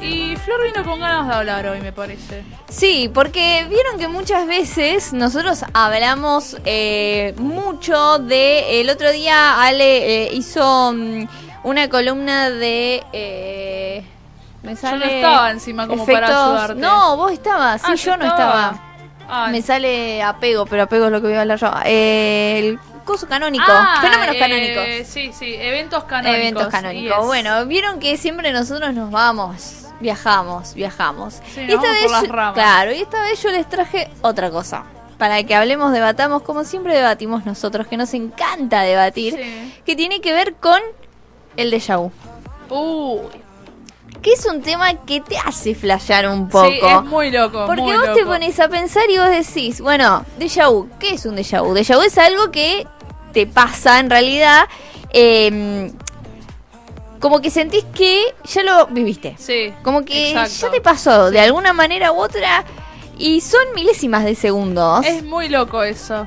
Y Flor vino con ganas de hablar hoy, me parece. Sí, porque vieron que muchas veces nosotros hablamos eh, mucho de. El otro día Ale eh, hizo mm, una columna de. eh, me Yo no estaba encima como para efectos- ayudarte. No, vos estabas. Sí, Ah, yo, no estaba. Ah, Me sale apego, pero apego es lo que voy a hablar yo. Eh, el coso canónico. ah, Fenómenos eh, canónicos. Sí, sí, eventos canónicos. Eventos canónicos. yes. Bueno, vieron que siempre nosotros nos vamos, viajamos, viajamos. Sí, nos vamos por las ramas. claro, y esta vez yo les traje otra cosa. Para que hablemos, debatamos, como siempre debatimos nosotros, que nos encanta debatir, Sí. que tiene que ver con el déjà vu. Uh, Que es un tema que te hace flashear un poco. Sí, es muy loco. Porque muy vos te loco. pones a pensar y vos decís, bueno, déjà vu, ¿qué es un déjà vu? Déjà vu es algo que te pasa en realidad. eh, como que sentís que ya lo viviste. Sí. Como que exacto. ya te pasó de Sí. alguna manera u otra. Y son milésimas de segundos. Es muy loco eso.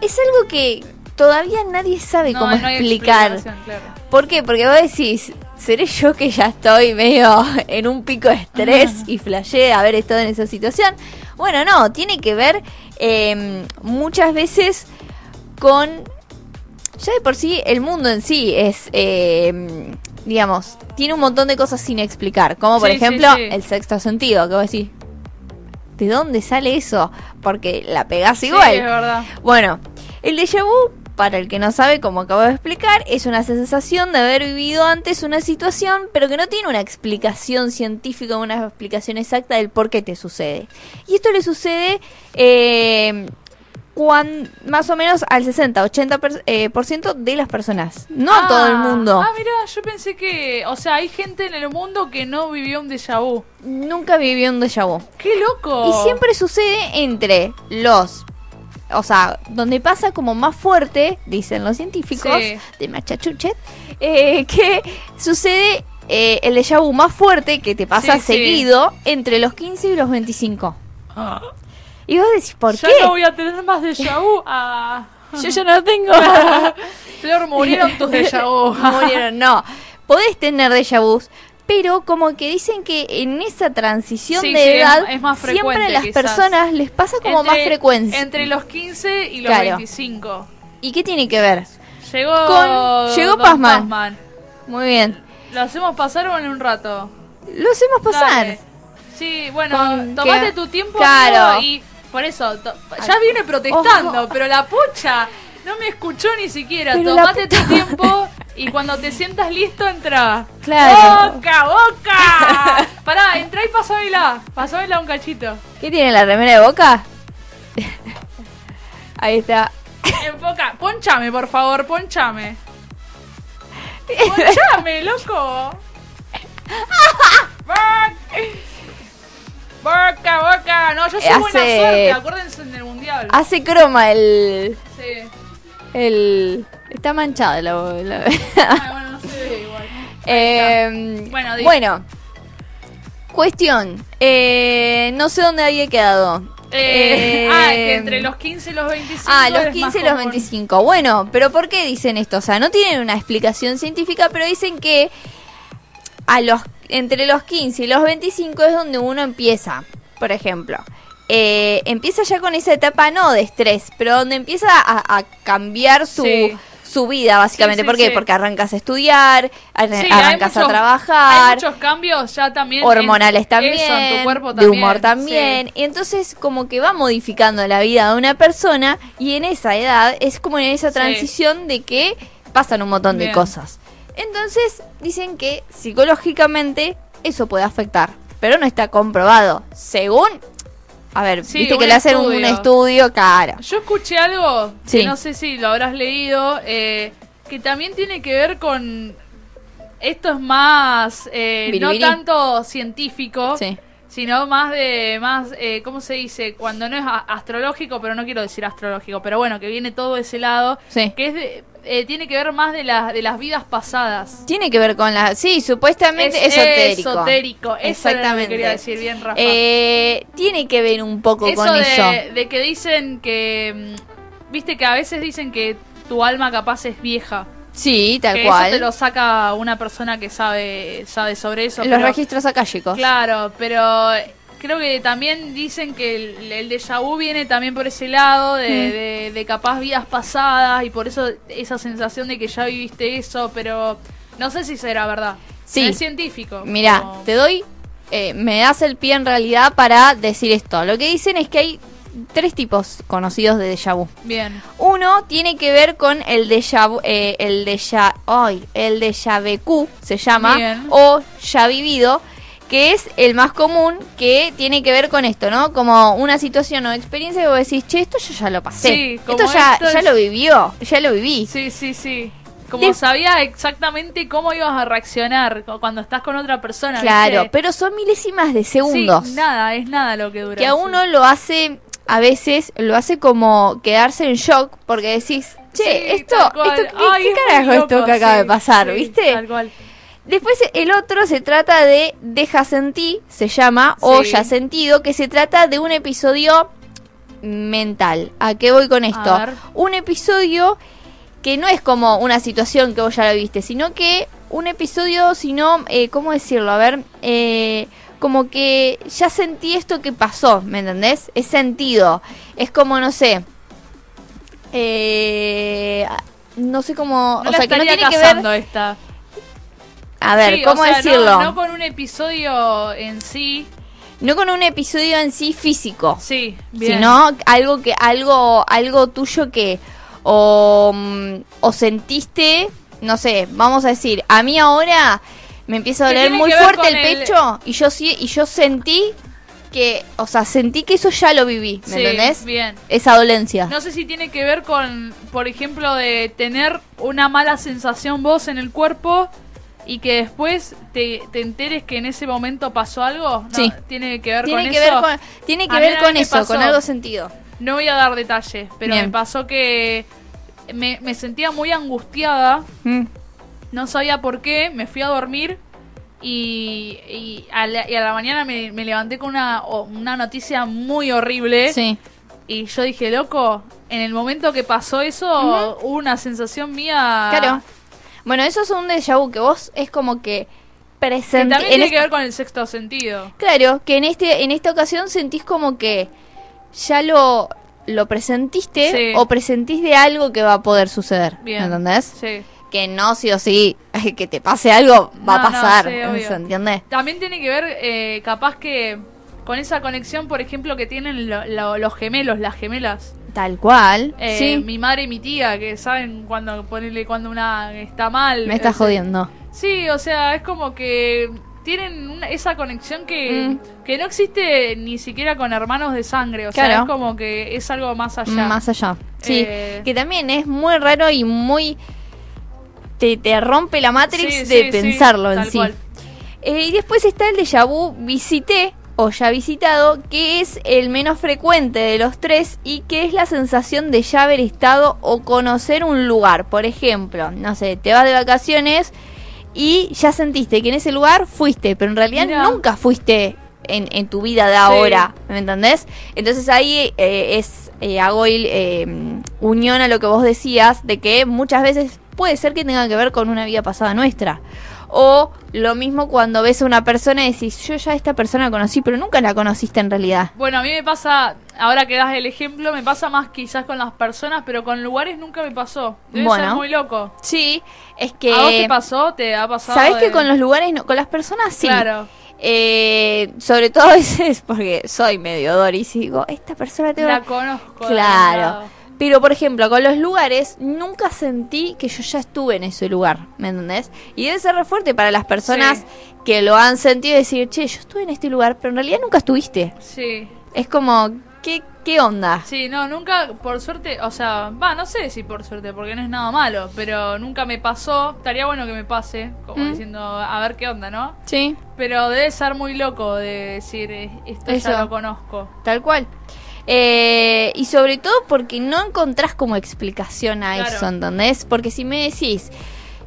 Es algo que todavía nadie sabe No, cómo no hay explicar. explicación, claro. ¿Por qué? Porque vos decís, ¿seré yo que ya estoy medio en un pico de estrés y flasheé de haber estado en esa situación? Bueno, no, tiene que ver eh, muchas veces con... Ya de por sí el mundo en sí es, eh, digamos, tiene un montón de cosas sin explicar. Como por Sí, sí, ejemplo sí. el sexto sentido, que vos decís, ¿de dónde sale eso? Porque la pegás Sí, igual. es verdad. Bueno, el déjà vu, para el que no sabe, como acabo de explicar, es una sensación de haber vivido antes una situación, pero que no tiene una explicación científica, una explicación exacta del por qué te sucede. Y esto le sucede eh, cuan- más o menos al 60-80% eh, de las personas, no a todo el mundo. Ah, mira, yo pensé que. O sea, hay gente en el mundo que no vivió un déjà vu. Nunca vivió un déjà vu. ¡Qué loco! Y siempre sucede entre los. O sea, donde pasa como más fuerte, dicen los científicos Sí. de Machachuchet, eh, que sucede eh, el déjà vu más fuerte que te pasa Sí, sí. seguido entre los 15 y los 25. Ah. Y vos decís, ¿por ya qué? no voy a tener más déjà vu. Ah. Yo ya no tengo. Flor, murieron tus déjà vu. Murieron, no. Podés tener déjà vu, pero como que dicen que en esa transición Sí, de sí, es- edad, es más siempre a frecuente, las quizás. personas les pasa como más Entre- frecuencia. Entre los 15 y los Claro. 25. ¿Y qué tiene que ver? Llegó. Con- llegó Don Pazman. Pazman. Muy bien. Lo hacemos pasar o en un rato. Lo hacemos pasar. Dale. Sí, bueno, Con tomate que- tu tiempo Claro. amigo, y por eso to- ya viene protestando, pero la pucha no me escuchó ni siquiera. Pero la tomate tu puta tiempo y cuando te sientas listo entra. Claro. Boca, boca. Pará, entra y pasámela. Pasámela un cachito. ¿Qué tiene la remera de boca? Ahí está. Enfoca. Ponchame, por favor, ponchame. Ponchame, loco. Boca, boca. boca. No, yo soy buena Hace- Ah. suerte, acuérdense del mundial. Hace croma el. Sí. el está manchada la. la- Ah, bueno, no se ve igual. Eh, Bueno, di- bueno. Cuestión. Eh, no sé dónde había quedado. Eh, ah, que Eh, entre los 15 y los 25. Ah, los es más 15 y los común. 25. Bueno, pero ¿por qué dicen esto? O sea, no tienen una explicación científica, pero dicen que a los entre los 15 y los 25 es donde uno empieza, por ejemplo. eh, empieza ya con esa etapa no de estrés, pero donde empieza a, a cambiar su, Sí. su vida, básicamente. Sí, sí, ¿Por qué? sí. Porque arrancas a estudiar, ar- Sí, hay arrancas a muchos- Hay trabajar muchos cambios ya también. en- hormonales también, eso, en tu cuerpo de también. humor también. sí. Y entonces como que va modificando la vida de una persona y en esa edad es como en esa Sí. transición de que pasan un montón de Bien. cosas. Entonces dicen que psicológicamente eso puede afectar, pero no está comprobado. Según, a ver, Sí, viste que un le hacen un, un estudio. estudio, cara. Yo escuché algo, Sí. que no sé si lo habrás leído, eh, que también tiene que ver con. Esto es más. eh, no Biribiri. tanto científico, Sí. sino más de. más eh, ¿Cómo se dice? Cuando no es a- astrológico, pero no quiero decir astrológico, pero bueno, que viene todo ese lado. Sí. que es de- eh, tiene que ver más de, las de las vidas pasadas. Tiene que ver con la... Sí, supuestamente esotérico. esotérico. Eso era lo que Exactamente. quería decir bien, Rafa. Eh, tiene que ver un poco eso con de, eso. de que dicen que. mm, Viste que a veces dicen que tu alma capaz es vieja. Sí, tal que cual. eso te lo saca una persona que sabe sabe sobre eso. Los pero- registros acálicos. Claro, pero eh, creo que también dicen que el, el déjà vu viene también por ese lado de, Mm. de- de capaz vidas pasadas y por eso esa sensación de que ya viviste eso, pero no sé si será verdad. Sí. Es científico. Mira, como- te doy, eh, me das el pie en realidad para decir esto. Lo que dicen es que hay tres tipos conocidos de déjà vu. Bien. Uno tiene que ver con el déjà vu, eh, el déjà, ay, el déjà vécu, se llama, Bien. o ya vivido, que es el más común, que tiene que ver con esto, ¿no? Como una situación o experiencia que vos decís, che, esto yo ya lo pasé. Sí, como esto ya, esto ya es- lo vivió, ya lo viví. Sí, sí, sí. Como De- sabía exactamente cómo ibas a reaccionar cu- cuando estás con otra persona. claro, ¿viste? pero son milésimas de Sí, segundos. nada, es nada lo que dura. que a sí. uno lo hace, a veces, lo hace como quedarse en shock porque decís, che, Sí, esto, tal cual. esto- ¿qué, Ay, qué es muy carajo esto loco, que acaba sí, de pasar, sí, viste? Tal cual. Después el otro se trata de Dejas en ti, se llama, o Sí. Ya sentido, que se trata de un episodio mental. ¿A qué voy con esto? ver. Un episodio que no es como una situación que vos ya la viste, sino que un episodio, sino, eh, ¿cómo decirlo? A ver, eh, como que ya sentí esto que pasó, ¿me entendés? Es sentido. Es como, no sé. eh, no sé cómo. No o la sea, que no estaría tiene que ver. cazando esta. A ver, Sí, o ¿cómo sea, no- decirlo? No, con un episodio en sí. No con un episodio en sí físico, Sí, bien. sino algo que algo algo tuyo que o, mm, o sentiste, no sé, vamos a decir, a mí ahora me empieza a Que doler tiene muy que ver fuerte con el el- pecho y yo sí y yo sentí que, o sea, sentí que eso ya lo viví, ¿me Sí, entendés? Bien. Esa dolencia. No sé si tiene que ver con, por ejemplo, de tener una mala sensación vos en el cuerpo y que después te, te enteres que en ese momento pasó algo. No, Sí. Tiene que ver tiene con que eso. ver con tiene que A mí ver una con vez me eso, con pasó. algo sentido. No voy a dar detalles, pero Bien. me pasó que me, me sentía muy angustiada. Mm. No sabía por qué, me fui a dormir y, y a, la, y a la mañana me, me levanté con una, o- una noticia muy horrible. Sí. Y yo dije, loco, en el momento que pasó eso, hubo una sensación mía. Claro. Bueno, eso es un déjà vu que vos es como que Ah. Que presente también tiene este- que ver con el sexto sentido. Claro, que en este en esta ocasión sentís como que ya lo lo presentiste Sí. o presentís de algo que va a poder suceder, Bien. ¿entendés? Sí. Que no sí o sí que te pase algo va a No, no, pasar, sí, obvio. ¿se entiende? También tiene que ver, eh, capaz que con esa conexión, por ejemplo, que tienen lo- lo- los gemelos, las gemelas. Tal cual. Eh, sí. Mi madre y mi tía, que saben cuando ponerle cuando una está mal. Me estás o sea, jodiendo. Sí, o sea, es como que tienen una- esa conexión que, Mm. que no existe ni siquiera con hermanos de sangre. O sea, Claro. es como que es algo más allá. Más allá. Sí, Eh. que también es muy raro y muy te, te rompe la Matrix Sí, de sí, sí, pensarlo en tal sí. cual. Eh, y después está el déjà vu visité o ya visitado, que es el menos frecuente de los tres y que es la sensación de ya haber estado o conocer un lugar. Por ejemplo, no sé, te vas de vacaciones y ya sentiste que en ese lugar fuiste, pero en realidad Mirá. nunca fuiste en, en tu vida de ahora, ¿me entendés? Entonces ahí eh, es, eh, hago el, eh, unión a lo que vos decías, de que muchas veces puede ser que tenga que ver con una vida pasada nuestra. O lo mismo cuando ves a una persona y decís, yo ya a esta persona la conocí, pero nunca la conociste en realidad. Bueno, a mí me pasa, ahora que das el ejemplo, me pasa más quizás con las personas, pero con lugares nunca me pasó. Debe Bueno. ser muy loco. Sí, es que... ¿A vos te pasó? ¿Te ha pasado? Sabés de- que con los lugares, no- con las personas sí. Claro. Eh, sobre todo a veces porque soy medio Doris y digo, esta persona tengo... La conozco. de algún Claro. lado. Pero, por ejemplo, con los lugares, nunca sentí que yo ya estuve en ese lugar, ¿me entendés? Y debe ser re fuerte para las personas Sí. que lo han sentido y decir, che, yo estuve en este lugar, pero en realidad nunca estuviste. Sí. Es como, ¿qué, qué onda? Sí, no, nunca, por suerte, o sea, va, no sé si por suerte, porque no es nada malo, pero nunca me pasó, estaría bueno que me pase, como Mm. diciendo, a ver qué onda, ¿no? Sí, Pero debe ser muy loco de decir, eh, esto Eso. ya lo conozco. tal cual. Eh, y sobre todo porque no encontrás como explicación a Claro. eso, ¿entendés? Porque si me decís,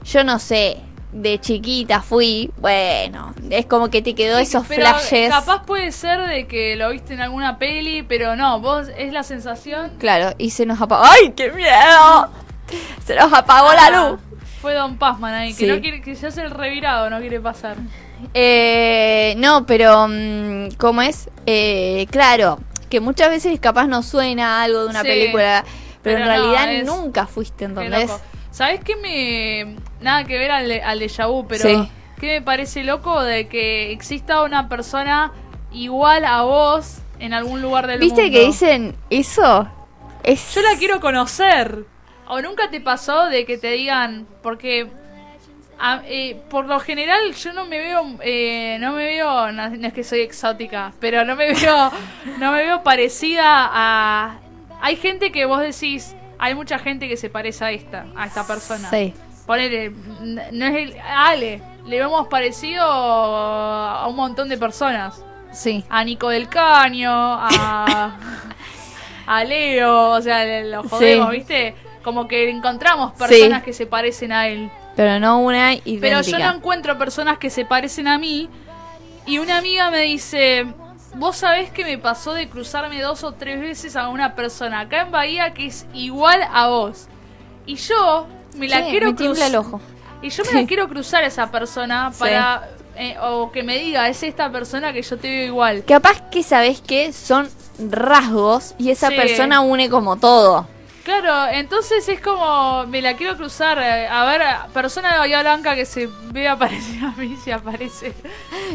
yo no sé, de chiquita fui, bueno, es como que te quedó esos Pero flashes. capaz puede ser de que lo viste en alguna peli, pero no, vos es la sensación... Claro, y se nos apagó. ¡Ay, qué miedo! Se nos apagó la luz. Ah, Fue Don Pazman ahí, que Sí. no quiere, que se hace el revirado, no quiere pasar. Eh, no, pero mm, ¿cómo es? Eh, claro, que muchas veces capaz no suena algo de una Sí, película, pero pero, en no, realidad es- nunca fuiste, Qué ¿entendés? loco. ¿Sabés qué me. Nada que ver al, de- al déjà vu, pero. Sí. ¿Qué me parece loco de que exista una persona igual a vos en algún lugar del mundo? ¿Viste que dicen eso? Es... Yo la quiero conocer. ¿O nunca te pasó de que te digan, porque a- eh, por lo general yo no me veo, eh, no me veo, no, no es que soy exótica, pero no me veo, no me veo parecida a... Hay gente que vos decís, hay mucha gente que se parece a esta, a esta persona. Sí. Ponele, n- no es el- a Ale, le vemos parecido a un montón de personas Sí. a Nico del Caño, a, a Leo, o sea, le- lo jodemos, Sí. ¿viste? Como que encontramos personas que se parecen a él. Pero no una idéntica. Pero yo no encuentro personas que se parecen a mí. Y una amiga me dice, vos sabés que me pasó de cruzarme dos o tres veces a una persona acá en Bahía que es igual a vos. Y yo me la Che, quiero me tiembla cruzar. el ojo. Y yo me la quiero cruzar a esa persona Sí. para... eh, o que me diga, es esta persona que yo te veo igual. Capaz que sabes que son rasgos y esa Sí. persona une como todo. Claro, entonces es como, me la quiero cruzar, eh, a ver, persona de Bahía Blanca que se vea parecida a mí, si aparece.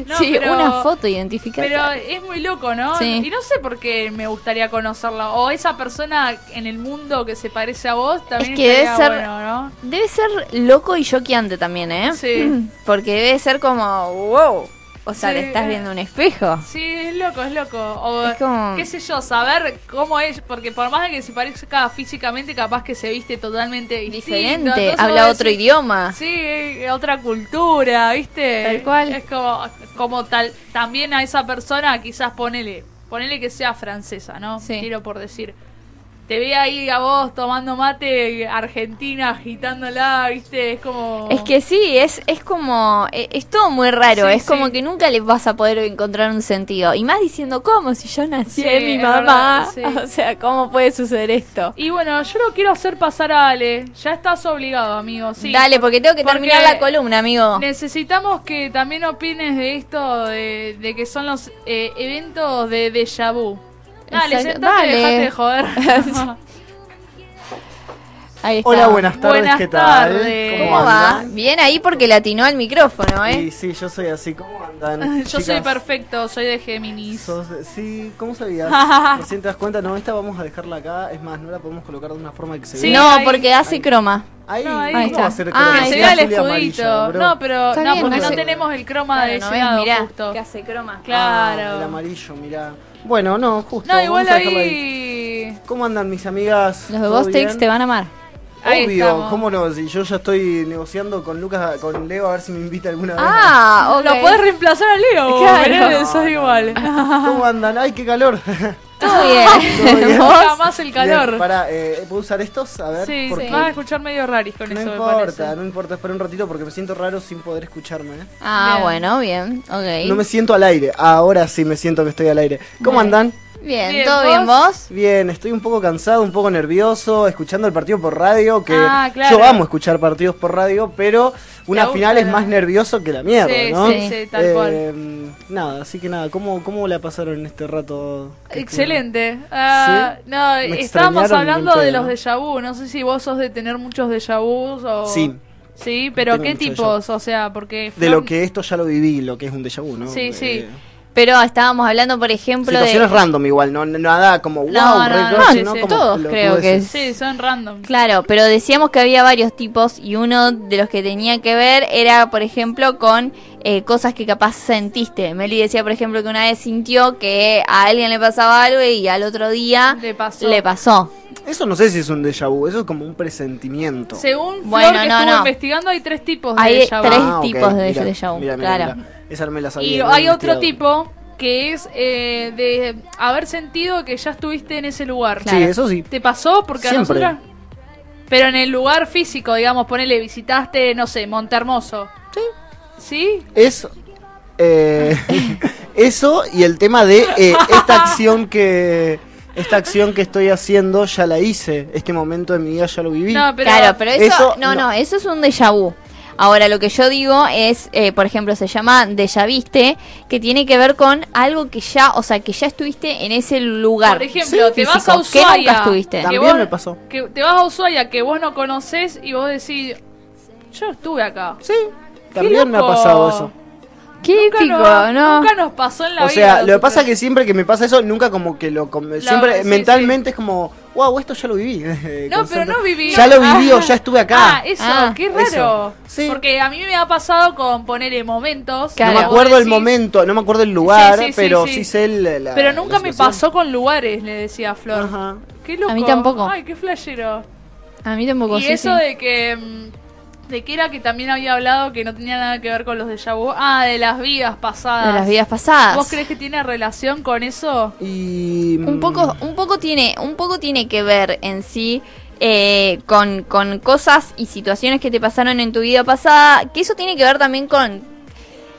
No, sí, pero- una foto identificada. Pero es muy loco, ¿no? Sí. Y no sé por qué me gustaría conocerla, o esa persona en el mundo que se parece a vos también Es que debe estaría ser- bueno, ¿no? Debe ser loco y choqueante también, ¿eh? Sí. Porque debe ser como, wow. O sea, Sí, te estás eh. viendo un espejo. Sí, es loco, es loco. O, Es como- qué sé yo, saber cómo es, porque por más de que se parezca físicamente, capaz que se viste totalmente distinto, Diferente, entonces habla vos otro decís, idioma. Sí, eh, otra cultura, ¿viste? Ah. Tal cual. Es como, como tal. También a esa persona, quizás ponele, ponele que sea francesa, ¿no? Sí. Quiero por decir. Te ve ahí a vos tomando mate, argentina, agitándola, ¿viste? Es como. Es que sí, es, es como, e- es, todo muy raro, Sí, es como sí. que nunca le vas a poder encontrar un sentido. Y más diciendo, ¿cómo? Si yo nací Sí, en mi es mamá. verdad, sí. O sea, ¿cómo puede suceder esto? Y bueno, yo lo quiero hacer pasar a Ale. Ya estás obligado, amigo. Sí. Dale, porque tengo que porque- terminar la columna, amigo. Necesitamos que también opines de esto, de, de que son los eh, eventos de déjà vu. Dale, Exacto. sentate, Dale. dejate de joder. Ahí está. Hola, buenas tardes, Buenas ¿qué tal? tardes. ¿Cómo va? andan? Bien ahí porque le atinó al micrófono, Y ¿eh? sí, yo soy así, ¿cómo andan? Yo soy chicas? perfecto, soy de Géminis. Sos de- sí, ¿cómo sabías? Recién te das cuenta, no, esta vamos a dejarla acá, es más, no la podemos colocar de una forma que se Sí, vea. no, ahí. porque hace Ahí. croma. Ahí, No, ahí ¿cómo está. va a ser Ah, color? ahí que se sí, vea el azul y escudito. amarillo, bro. no, pero Está no, bien, porque no no sé. tenemos el croma de Claro, llegado mirá, justo. que hace croma. Ah, Claro. el amarillo, mirá. Bueno, no, justo. no, igual vamos a dejarla ahí. ahí. ¿Cómo andan mis amigas? Los de ¿Todo Bostex bien? te van a amar. Ahí Obvio, estamos. ¿cómo no? Si yo ya estoy negociando con Lucas, con Leo, a ver si me invita alguna vez. Ah, ok. Lo podés reemplazar a Leo, Claro. claro. sos igual. Ah, ¿Cómo andan? ¡Ay, qué calor! Todo Todo bien. bien. ¿Vos? Nunca más el calor. Bien, pará, eh, ¿puedo usar estos? A ver, sí, porque sí. vas a escuchar medio raris con No eso, me importa, parece. no importa, espera un ratito porque me siento raro sin poder escucharme. ¿eh? Ah, Bien. bueno, bien. Ok. No me siento al aire, ahora sí me siento que estoy al aire. ¿Cómo andan? Bien, Bien, ¿todo ¿vos? bien vos? Bien, estoy un poco cansado, un poco nervioso, escuchando el partido por radio, que Ah, claro. yo amo escuchar partidos por radio, pero una gusta final es la- más nervioso que la mierda, Sí, ¿no? sí, sí, tal cual. Nada, así que nada, ¿cómo, cómo la pasaron en este rato? que Excelente. Ah, Sí. No, Me estábamos extrañaron hablando un de los pedo. déjà vu. No sé si vos sos de tener muchos déjà vus o... Sí. Sí, pero Tengo ¿qué mucho déjà vu. tipos? O sea, porque... De lo Flor- que esto ya lo viví, lo que es un déjà vu, ¿no? Sí, Eh, sí. Pero estábamos hablando, por ejemplo, Situaciones de... random igual, no nada como wow, no, re no, grosso", sí, sino sí. como Todos creo que pelotudeces. Sí, son random. Claro, pero decíamos que había varios tipos y uno de los que tenía que ver era, por ejemplo, con eh, cosas que capaz sentiste. Meli decía, por ejemplo, que una vez sintió que a alguien le pasaba algo y al otro día Le pasó. le pasó. Eso no sé si es un déjà vu, eso es como un presentimiento. Ah, Según Flor Bueno, que no, estuvo no. investigando, hay tres tipos Hay de déjà vu. tres ok, tipos de mirá, déjà vu, mirá, mirá, claro. mirá. Esa no me la sabía. Y no la hay había otro investigado. tipo que es eh, de haber sentido que ya estuviste en ese lugar. Claro. Sí, eso sí. ¿Te pasó? Porque Siempre. a nosotros... Pero en el lugar físico, digamos, ponele, visitaste, no sé, Montermoso. Sí. ¿Sí? Es. eh, eso y el tema de eh, esta acción que. esta acción que estoy haciendo ya la hice, este momento de mi vida ya lo viví. No, pero, claro, pero eso, Eso no, no, no. eso es un déjà vu. Ahora, lo que yo digo es, eh, por ejemplo, se llama déjà viste, que tiene que ver con algo que ya, o sea, que ya estuviste en ese lugar. por ejemplo, Sí, te vas físico, a Ushuaia. Que nunca estuviste. que También vos- me pasó. Que te vas a Ushuaia que vos no conocés y vos decís, yo estuve acá. Sí, también me ha loco. pasado eso. Qué Nunca, nos, nunca nos pasó en la O vida. sea, lo que nosotros. pasa es que siempre que me pasa eso, nunca como que lo... com- siempre sí, mentalmente es como, wow, esto ya lo viví. No, pero no viví. Ya lo viví Ah. o ya estuve acá. Ah, eso, Ah, qué raro. eso. Sí. Porque a mí me ha pasado con ponerle momentos. No No Claro. Vos me acuerdo el decís, momento, no me acuerdo el lugar, Sí, sí, sí, pero sí. sí, sé el- la- Pero nunca la me situación. pasó con lugares, le decía a Flor. Ajá. Qué loco. A mí tampoco. Ay, qué flashero. A mí tampoco. Y sí, eso sí. de que. mm, De que era que también había hablado que no tenía nada que ver con los de vu. Ah, de las vidas pasadas. De las vidas pasadas. ¿Vos crees que tiene relación con eso? Y... mm, un poco Mm. un poco tiene un poco tiene que ver en sí eh, con, con cosas y situaciones que te pasaron en tu vida pasada que eso tiene que ver también con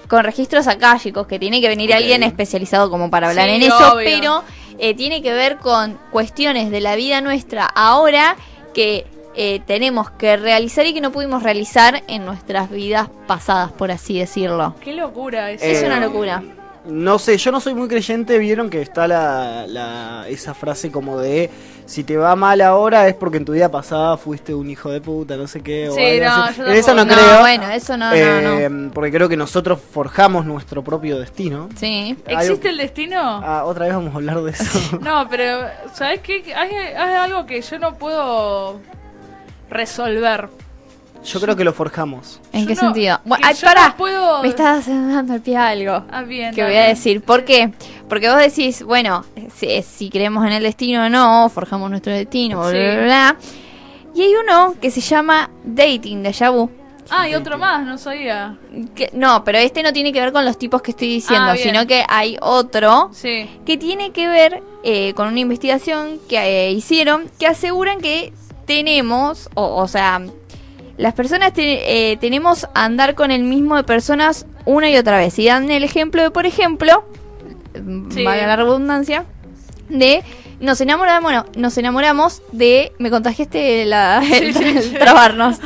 con registros akáshicos que tiene que venir Ok. alguien especializado como para hablar Sí, en eso obvio. pero eh, tiene que ver con cuestiones de la vida nuestra ahora que eh, tenemos que realizar y que no pudimos realizar en nuestras vidas pasadas por así decirlo Qué locura eso. es Eh, una locura No sé, yo no soy muy creyente, vieron que está la, la- esa frase como de si te va mal ahora es porque en tu vida pasada fuiste un hijo de puta, no sé qué. o Sí, algo no, así. yo En eso no no creo. bueno eso no no no eh, Porque creo que nosotros forjamos nuestro propio destino. sí Eh, ¿Existe el destino? Ah, otra vez vamos a hablar de eso. No, pero ¿sabes qué? Hay, hay algo que yo no puedo resolver. Yo creo que lo forjamos. ¿En Yo qué no- sentido? Bueno, que ay, yo pará. no puedo- Me estás dando el pie a algo. Ah, bien. Que dale. voy a decir. ¿Por qué? Porque vos decís, bueno, si, si creemos en el destino o no, forjamos nuestro destino, bla, Sí. bla, bla, bla. Y hay uno que se llama Dating de Vu. Ah, y otro más, no sabía. Que- no, pero este no tiene que ver con los tipos que estoy diciendo, Ah, bien. sino que hay otro Sí. que tiene que ver eh, con una investigación que eh, hicieron que aseguran que tenemos, o, o sea, las personas te- eh, tenemos a andar con el mismo de personas una y otra vez. Y dan el ejemplo de, por ejemplo, mm, Sí. valga la redundancia, de nos enamoramos, bueno, nos enamoramos de, me contagiaste la, el, el trabarnos,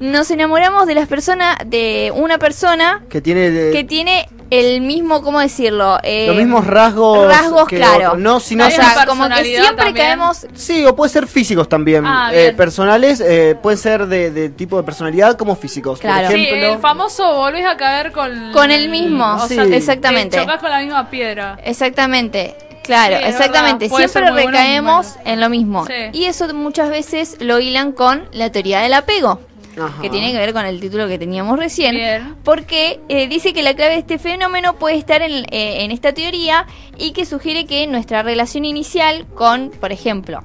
nos enamoramos de las personas, de una persona Que tiene de- que tiene el mismo, ¿cómo decirlo? los Em, mismos rasgos. rasgos, que- claro. No, sino Hay o sea, una como que personalidad siempre también. caemos. Sí, o puede ser físicos también. Ah, Eh, bien. personales, eh, pueden ser de, de tipo de personalidad como físicos. Claro. Por Sí, ejemplo, el famoso volvés a caer con... Con el mismo, o Sí. sea, te- exactamente. Te chocas con la misma piedra. Exactamente. Claro, Sí, es exactamente. verdad. Puede Siempre ser muy bueno, recaemos muy en lo mismo. Sí. Y eso muchas veces lo hilan con la teoría del apego, Ajá. que tiene que ver con el título que teníamos recién. Bien. Porque eh, dice que la clave de este fenómeno puede estar en, eh, en esta teoría y que sugiere que nuestra relación inicial con, por ejemplo,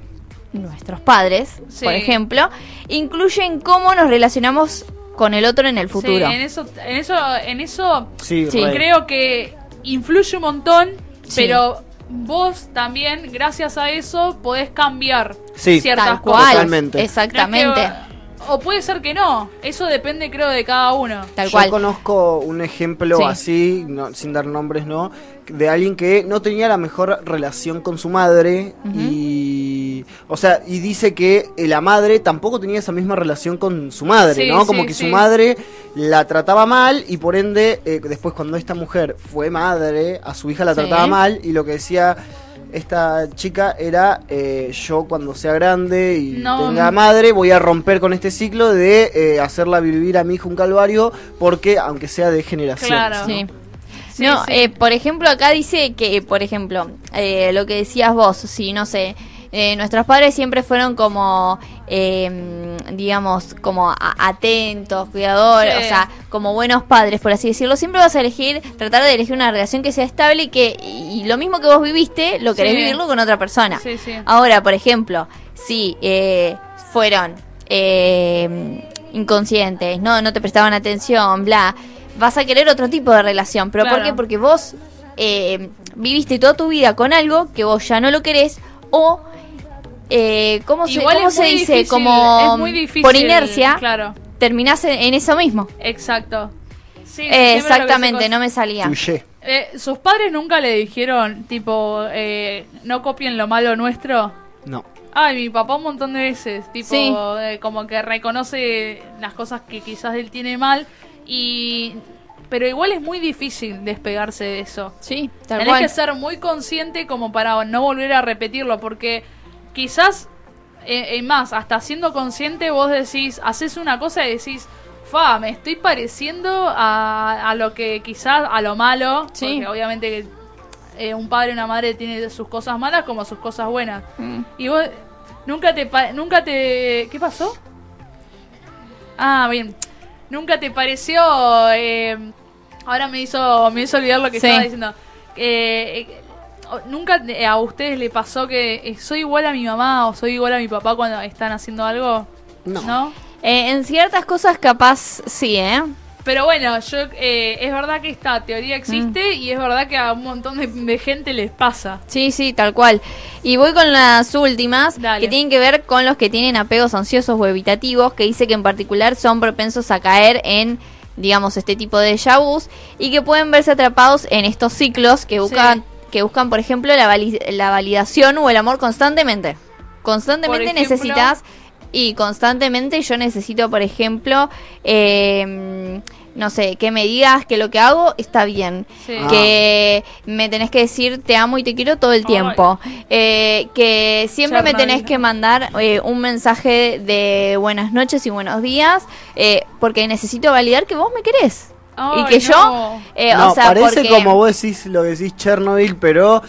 nuestros padres, Sí. por ejemplo, incluyen cómo nos relacionamos con el otro en el futuro. Sí, en eso, en eso, en eso Sí, Sí, re. creo que influye un montón, Sí. pero vos también, gracias a eso, podés cambiar Sí. ciertas Tal cosas. cual, Totalmente. No exactamente. es que- o puede ser que no. Eso depende, creo, de cada uno. Tal Yo cual. conozco un ejemplo Sí. así, no- sin dar nombres, ¿no? De alguien que no tenía la mejor relación con su madre Ujú. y... O sea, y dice que eh, la madre tampoco tenía esa misma relación con su madre, Sí, ¿no? Como sí, que sí. su madre la trataba mal y por ende, eh, después cuando esta mujer fue madre, a su hija la Sí. trataba mal y lo que decía... Esta chica era eh, yo cuando sea grande y No. tenga madre, voy a romper con este ciclo de eh, hacerla vivir a mi hijo un calvario, porque aunque sea de generación. Claro. Sí. Sí, no, sí. eh, por ejemplo, acá dice que, por ejemplo, eh, lo que decías vos, sí, no sé, eh, nuestros padres siempre fueron como, eh, digamos, como a- atentos, cuidadores, Sí. o sea, como buenos padres, por así decirlo. Siempre vas a elegir, tratar de elegir una relación que sea estable y que y, y lo mismo que vos viviste, lo querés Sí. vivirlo con otra persona. Sí, sí. Ahora, por ejemplo, si eh, fueron eh, inconscientes, no, no te prestaban atención, bla, vas a querer otro tipo de relación. ¿Pero por Claro. qué? Porque vos eh, viviste toda tu vida con algo que vos ya no lo querés o... eh, ¿Cómo se, Igual cómo es se muy dice? difícil, Como es muy difícil, por inercia Claro, terminás en, en eso mismo. exacto. Sí, siempre Eh, lo que se exactamente, cons- no me salía. Touché. Eh, ¿Sus padres nunca le dijeron, tipo, eh, no copien lo malo nuestro? No. Ay, mi papá un montón de veces, tipo, Sí. eh, como que reconoce las cosas que quizás él tiene mal y... Pero igual es muy difícil despegarse de eso. Sí, tal Tenés que cual. ser muy consciente como para no volver a repetirlo, porque quizás, eh, eh, más, hasta siendo consciente vos decís, haces una cosa y decís, fa, me estoy pareciendo a, a lo que quizás, a lo malo, Sí. porque obviamente que eh, un padre y una madre tiene sus cosas malas como sus cosas buenas. Mm. Y vos nunca te pa- nunca te ¿qué pasó? Ah, bien. Nunca te pareció eh, ahora me hizo me hizo olvidar lo que Sí. estaba diciendo. Eh, eh, o- nunca te- a ustedes le pasó que eh, soy igual a mi mamá o soy igual a mi papá cuando están haciendo algo? No. Eh, en ciertas cosas capaz sí, ¿eh? Pero bueno, yo eh, es verdad que esta teoría existe Mm. y es verdad que a un montón de, de gente les pasa. Sí, sí, tal cual. Y voy con las últimas, Dale. que tienen que ver con los que tienen apegos ansiosos o evitativos, que dice que en particular son propensos a caer en, digamos, este tipo de déjà vus y que pueden verse atrapados en estos ciclos que buscan, que buscan por ejemplo, la, vali- la validación o el amor constantemente. Constantemente Por ejemplo- necesitas y constantemente yo necesito, por ejemplo, eh, no sé, que me digas que lo que hago está bien Sí. Ah. que me tenés que decir te amo y te quiero todo el Ay. tiempo, Eh, que siempre me Chernobyl. tenés que mandar eh, un mensaje de buenas noches y buenos días, eh, porque necesito validar que vos me querés. y Ay, que yo, no. eh, no, o sea, parece porque- como vos decís lo que decís Chernobyl, pero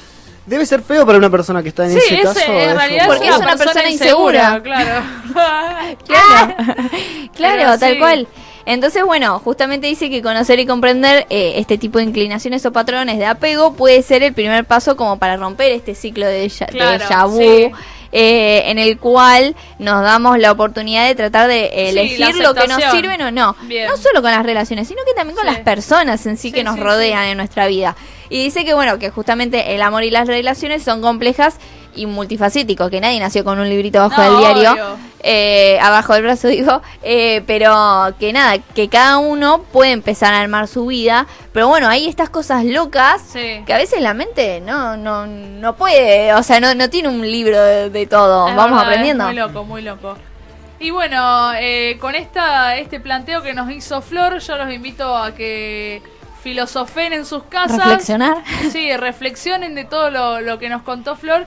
debe ser feo para una persona que está en Sí, ese ese, caso. es en un realidad Porque sí es poco- una persona insegura. claro. Claro, claro, Ah, Pero tal sí. cual. Entonces, bueno, justamente dice que conocer y comprender eh, este tipo de inclinaciones o patrones de apego puede ser el primer paso como para romper este ciclo de déjà, de Claro, déjà vu, sí. eh, en el cual nos damos la oportunidad de tratar de elegir la lo que nos aceptación. sirven o no. Bien. No solo con las relaciones, sino que también con Sí. las personas en sí, Sí, que nos sí, rodean en nuestra vida. Y dice que, bueno, que justamente el amor y las relaciones son complejas y multifacéticos, que nadie nació con un librito abajo No, del diario obvio. eh, abajo del brazo digo, eh, pero que nada, que cada uno puede empezar a armar su vida, pero bueno, hay estas cosas locas Sí. que a veces la mente no no no puede, o sea, no, no tiene un libro de, de todo, Ah, Es vamos verdad, aprendiendo. es Muy loco, muy loco. Y bueno, eh, con esta este planteo que nos hizo Flor, yo los invito a que filosofen en sus casas. Reflexionar. Sí, reflexionen de todo lo, lo que nos contó Flor.